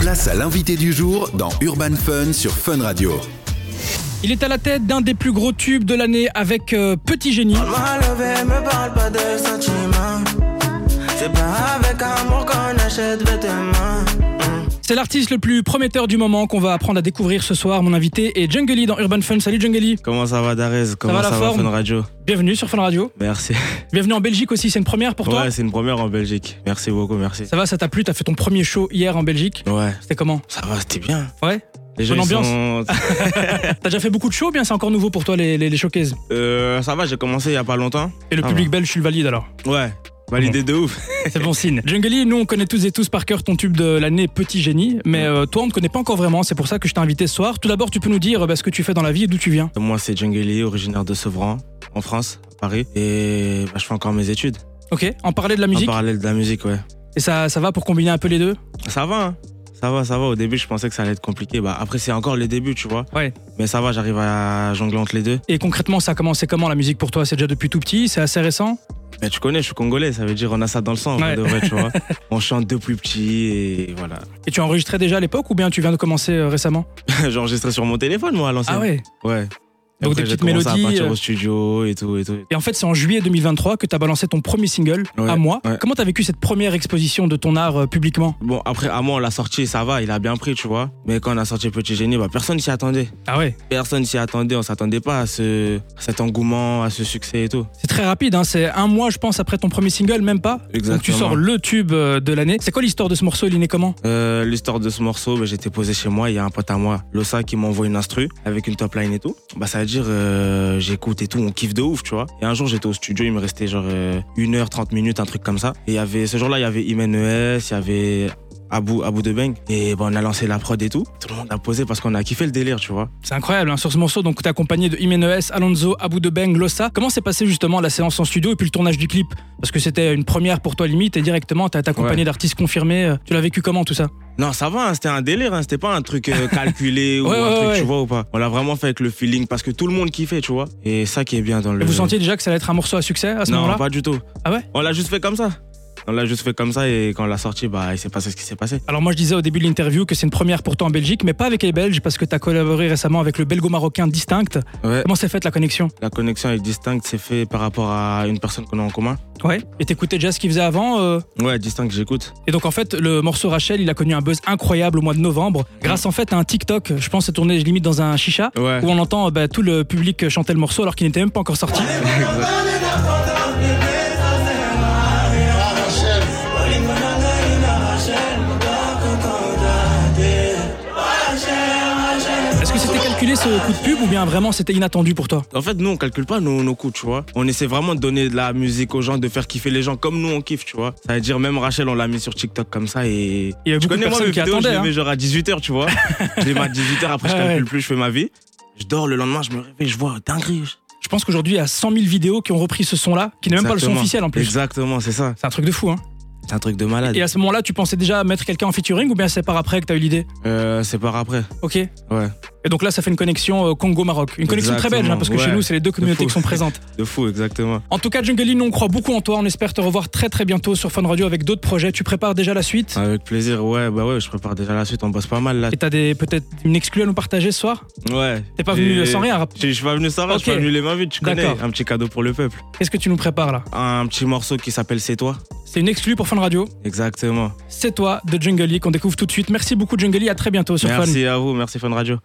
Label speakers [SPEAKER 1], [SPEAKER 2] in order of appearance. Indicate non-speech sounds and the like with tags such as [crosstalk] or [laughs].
[SPEAKER 1] Place à l'invité du jour dans Urban Fun sur Fun Radio.
[SPEAKER 2] Il est à la tête d'un des plus gros tubes de l'année avec euh, Petit Génie.
[SPEAKER 3] Mal levé, me parle pas de sentiments. C'est pas avec amour qu'on achète vêtements.
[SPEAKER 2] C'est l'artiste le plus prometteur du moment qu'on va apprendre à découvrir ce soir. Mon invité est Jungeli dans Urban Fun. Salut Jungeli.
[SPEAKER 4] Comment ça va Darez Comment
[SPEAKER 2] va, la
[SPEAKER 4] ça va,
[SPEAKER 2] forme
[SPEAKER 4] Fun Radio
[SPEAKER 2] Bienvenue sur Fun Radio.
[SPEAKER 4] Merci.
[SPEAKER 2] Bienvenue en Belgique aussi, c'est une première pour toi.
[SPEAKER 4] Ouais, c'est une première en Belgique. Merci beaucoup, merci.
[SPEAKER 2] Ça va, ça t'a plu T'as fait ton premier show hier en Belgique.
[SPEAKER 4] Ouais,
[SPEAKER 2] C'était comment
[SPEAKER 4] ça va, c'était bien.
[SPEAKER 2] Ouais
[SPEAKER 4] Les gens,
[SPEAKER 2] Bonne
[SPEAKER 4] ils
[SPEAKER 2] ambiance.
[SPEAKER 4] sont-
[SPEAKER 2] [laughs] T'as déjà fait beaucoup de shows ou bien c'est encore nouveau pour toi les, les, les showcases
[SPEAKER 4] Euh, ça va, j'ai commencé il y a pas longtemps.
[SPEAKER 2] Et le
[SPEAKER 4] Ah
[SPEAKER 2] public belge, tu le valides alors
[SPEAKER 4] Ouais, validé de ouf.
[SPEAKER 2] bah. [laughs] C'est bon signe. Jungeli, nous on connaît tous et tous par cœur ton tube de l'année Petit Génie, mais euh, toi on ne connaît pas encore vraiment, c'est pour ça que je t'ai invité ce soir. Tout d'abord, tu peux nous dire euh, bah, ce que tu fais dans la vie et d'où tu viens.
[SPEAKER 4] Moi, c'est Djungeli, originaire de Sevran, en France, à Paris. Et bah, je fais encore mes études.
[SPEAKER 2] Ok, en parler de la
[SPEAKER 4] En
[SPEAKER 2] musique,
[SPEAKER 4] parallèle de la musique, ouais.
[SPEAKER 2] et ça, ça va pour combiner un peu les deux
[SPEAKER 4] Ça va, hein. Ça va, ça va. Au début, je pensais que ça allait être compliqué. Bah, après, c'est encore les débuts, tu vois.
[SPEAKER 2] Ouais.
[SPEAKER 4] Mais ça va, j'arrive à jongler entre les deux.
[SPEAKER 2] Et concrètement, ça a commencé comment la musique pour toi C'est déjà depuis tout petit C'est assez récent
[SPEAKER 4] Mais tu connais, je suis congolais, ça veut dire on a ça dans le sang, en
[SPEAKER 2] Ouais.
[SPEAKER 4] vrai de vrai, tu
[SPEAKER 2] [laughs]
[SPEAKER 4] vois. On chante depuis petit et voilà. [laughs]
[SPEAKER 2] Et tu as enregistré déjà à l'époque ou bien tu viens de commencer euh, récemment
[SPEAKER 4] J'enregistrais sur mon téléphone, moi, à l'ancienne.
[SPEAKER 2] Ah ouais
[SPEAKER 4] Ouais. Et
[SPEAKER 2] Donc
[SPEAKER 4] après,
[SPEAKER 2] des
[SPEAKER 4] j'ai
[SPEAKER 2] petites
[SPEAKER 4] commencé
[SPEAKER 2] mélodies,
[SPEAKER 4] à partir
[SPEAKER 2] euh.
[SPEAKER 4] au studio et tout et tout.
[SPEAKER 2] Et en fait, c'est en juillet 2023 que tu as balancé ton premier single,
[SPEAKER 4] Ouais,
[SPEAKER 2] À moi.
[SPEAKER 4] ouais.
[SPEAKER 2] Comment t'as vécu cette première exposition de ton art euh, publiquement
[SPEAKER 4] Bon, après, à moi, on l'a sorti, ça va, il a bien pris, tu vois. Mais quand on a sorti Petit Génie, bah, personne s'y attendait.
[SPEAKER 2] Ah ouais
[SPEAKER 4] Personne s'y attendait, on s'attendait pas à, ce, à cet engouement, à ce succès et tout.
[SPEAKER 2] C'est très rapide, hein, c'est un mois, je pense, après ton premier single, même pas. Donc tu
[SPEAKER 4] Exactement.
[SPEAKER 2] sors le tube euh, de l'année. C'est quoi l'histoire de ce morceau Il est né comment
[SPEAKER 4] Euh, L'histoire de ce morceau, bah, j'étais posé chez moi, il y a un pote à moi, Losa, qui m'envoie une instru avec une top line et tout. Bah, ça veut dire, euh, j'écoute et tout, on kiffe de ouf, tu vois. Et un jour, j'étais au studio, il me restait genre euh, 1h30 minutes, un truc comme ça. Et il y avait, ce jour-là, il y avait Imen ES, il y avait Abou, Abou de Beng. Et bah, on a lancé la prod et tout. Tout le monde a posé parce qu'on a kiffé le délire, tu vois.
[SPEAKER 2] C'est incroyable, hein, sur ce morceau, donc t'es accompagné de Jiménez, Alonso, Abou de Beng, Lossa. Comment s'est passée justement la séance en studio et puis le tournage du clip Parce que c'était une première pour toi limite et directement t'as été accompagné d'artistes confirmés. euh, Tu l'as vécu comment tout ça
[SPEAKER 4] Non, ça va, hein, c'était un délire, hein, c'était pas un truc euh,
[SPEAKER 2] [laughs]
[SPEAKER 4] calculé ou
[SPEAKER 2] Ouais,
[SPEAKER 4] un
[SPEAKER 2] ouais,
[SPEAKER 4] truc,
[SPEAKER 2] ouais.
[SPEAKER 4] tu vois, ou pas. On l'a vraiment fait avec le feeling parce que tout le monde kiffait, tu vois. Et ça qui est bien dans le.
[SPEAKER 2] Et Vous sentiez déjà que ça allait être un morceau à succès à ce
[SPEAKER 4] non,
[SPEAKER 2] moment-là
[SPEAKER 4] pas du tout.
[SPEAKER 2] Ah ouais
[SPEAKER 4] On l'a juste fait comme ça. On l'a juste fait comme ça et quand on l'a sorti, bah, il s'est passé ce qui s'est passé.
[SPEAKER 2] Alors moi je disais au début de l'interview que c'est une première pour toi en Belgique, mais pas avec les Belges parce que t'as collaboré récemment avec le belgo-marocain Distinct.
[SPEAKER 4] Ouais.
[SPEAKER 2] Comment s'est faite la connexion
[SPEAKER 4] La connexion avec Distinct s'est fait par rapport à une personne qu'on a en commun.
[SPEAKER 2] Ouais. Et t'écoutais déjà ce qu'il faisait avant euh,
[SPEAKER 4] Ouais, Distinct, j'écoute.
[SPEAKER 2] Et donc en fait, le morceau Rachel, il a connu un buzz incroyable au mois de novembre, grâce en fait à un TikTok, je pense c'est tourné limite dans un chicha,
[SPEAKER 4] Ouais.
[SPEAKER 2] où on entend euh, bah, tout le public chanter le morceau alors qu'il n'était même pas encore
[SPEAKER 4] [laughs]
[SPEAKER 2] sorti. Est-ce que c'était calculé ce coup de pub ou bien vraiment c'était inattendu pour toi
[SPEAKER 4] En fait, nous, on calcule pas nos, nos coups, tu vois. On essaie vraiment de donner de la musique aux gens, de faire kiffer les gens comme nous, on kiffe, tu vois. Ça veut dire, même Rachel, on l'a mis sur TikTok comme ça et.
[SPEAKER 2] Il y avait
[SPEAKER 4] Tu
[SPEAKER 2] beaucoup de
[SPEAKER 4] connais, moi,
[SPEAKER 2] personnes
[SPEAKER 4] mes
[SPEAKER 2] qui
[SPEAKER 4] vidéos, je
[SPEAKER 2] attendaient.
[SPEAKER 4] les
[SPEAKER 2] hein.
[SPEAKER 4] mets genre à
[SPEAKER 2] [laughs]
[SPEAKER 4] 18h, tu vois. je les mets à 18h, après, je
[SPEAKER 2] Ouais, ouais.
[SPEAKER 4] calcule plus, je fais ma vie. Je dors le lendemain, je me réveille, je vois, dinguerie.
[SPEAKER 2] Je pense qu'aujourd'hui il y a 100 000 vidéos qui ont repris ce son-là, qui n'est même pas le son
[SPEAKER 4] Exactement.
[SPEAKER 2] officiel en plus.
[SPEAKER 4] Exactement, c'est ça.
[SPEAKER 2] C'est un truc de fou, hein.
[SPEAKER 4] C'est un truc de malade.
[SPEAKER 2] Et euh, à ce moment-là, tu pensais déjà mettre quelqu'un en featuring ou bien c'est par après que t'as eu l'idée
[SPEAKER 4] Euh, c'est par après.
[SPEAKER 2] Ok.
[SPEAKER 4] Ouais.
[SPEAKER 2] Et donc là, ça fait une connexion euh, Congo-Maroc. Une connexion très
[SPEAKER 4] Exactement,
[SPEAKER 2] belge, hein, parce que chez
[SPEAKER 4] ouais.
[SPEAKER 2] nous, c'est les deux communautés
[SPEAKER 4] fou.
[SPEAKER 2] qui sont
[SPEAKER 4] [laughs]
[SPEAKER 2] présentes.
[SPEAKER 4] De fou, exactement.
[SPEAKER 2] En tout cas, Jungeli, nous, on croit beaucoup en toi. On espère te revoir très très bientôt sur Fun Radio avec d'autres projets. Tu prépares déjà la suite
[SPEAKER 4] Avec plaisir, ouais, bah ouais, je prépare déjà la suite, on bosse pas mal là.
[SPEAKER 2] Et t'as des- peut-être une exclue à nous partager ce soir
[SPEAKER 4] Ouais.
[SPEAKER 2] T'es pas
[SPEAKER 4] J'ai-
[SPEAKER 2] venu euh, sans rien. rap-
[SPEAKER 4] Je je suis pas venu sans rien, je suis
[SPEAKER 2] Ok.
[SPEAKER 4] pas venu les mains vides, tu connais.
[SPEAKER 2] D'accord.
[SPEAKER 4] Un petit cadeau pour le peuple.
[SPEAKER 2] Qu'est-ce que tu nous prépares là
[SPEAKER 4] Un petit morceau qui s'appelle C'est toi.
[SPEAKER 2] C'est une exclue pour Fun Radio.
[SPEAKER 4] Exactement.
[SPEAKER 2] C'est toi de Jungeli qu'on découvre tout de suite. Merci beaucoup, Jungeli. À très bientôt sur Fun.
[SPEAKER 4] Merci à vous, merci Fun Radio.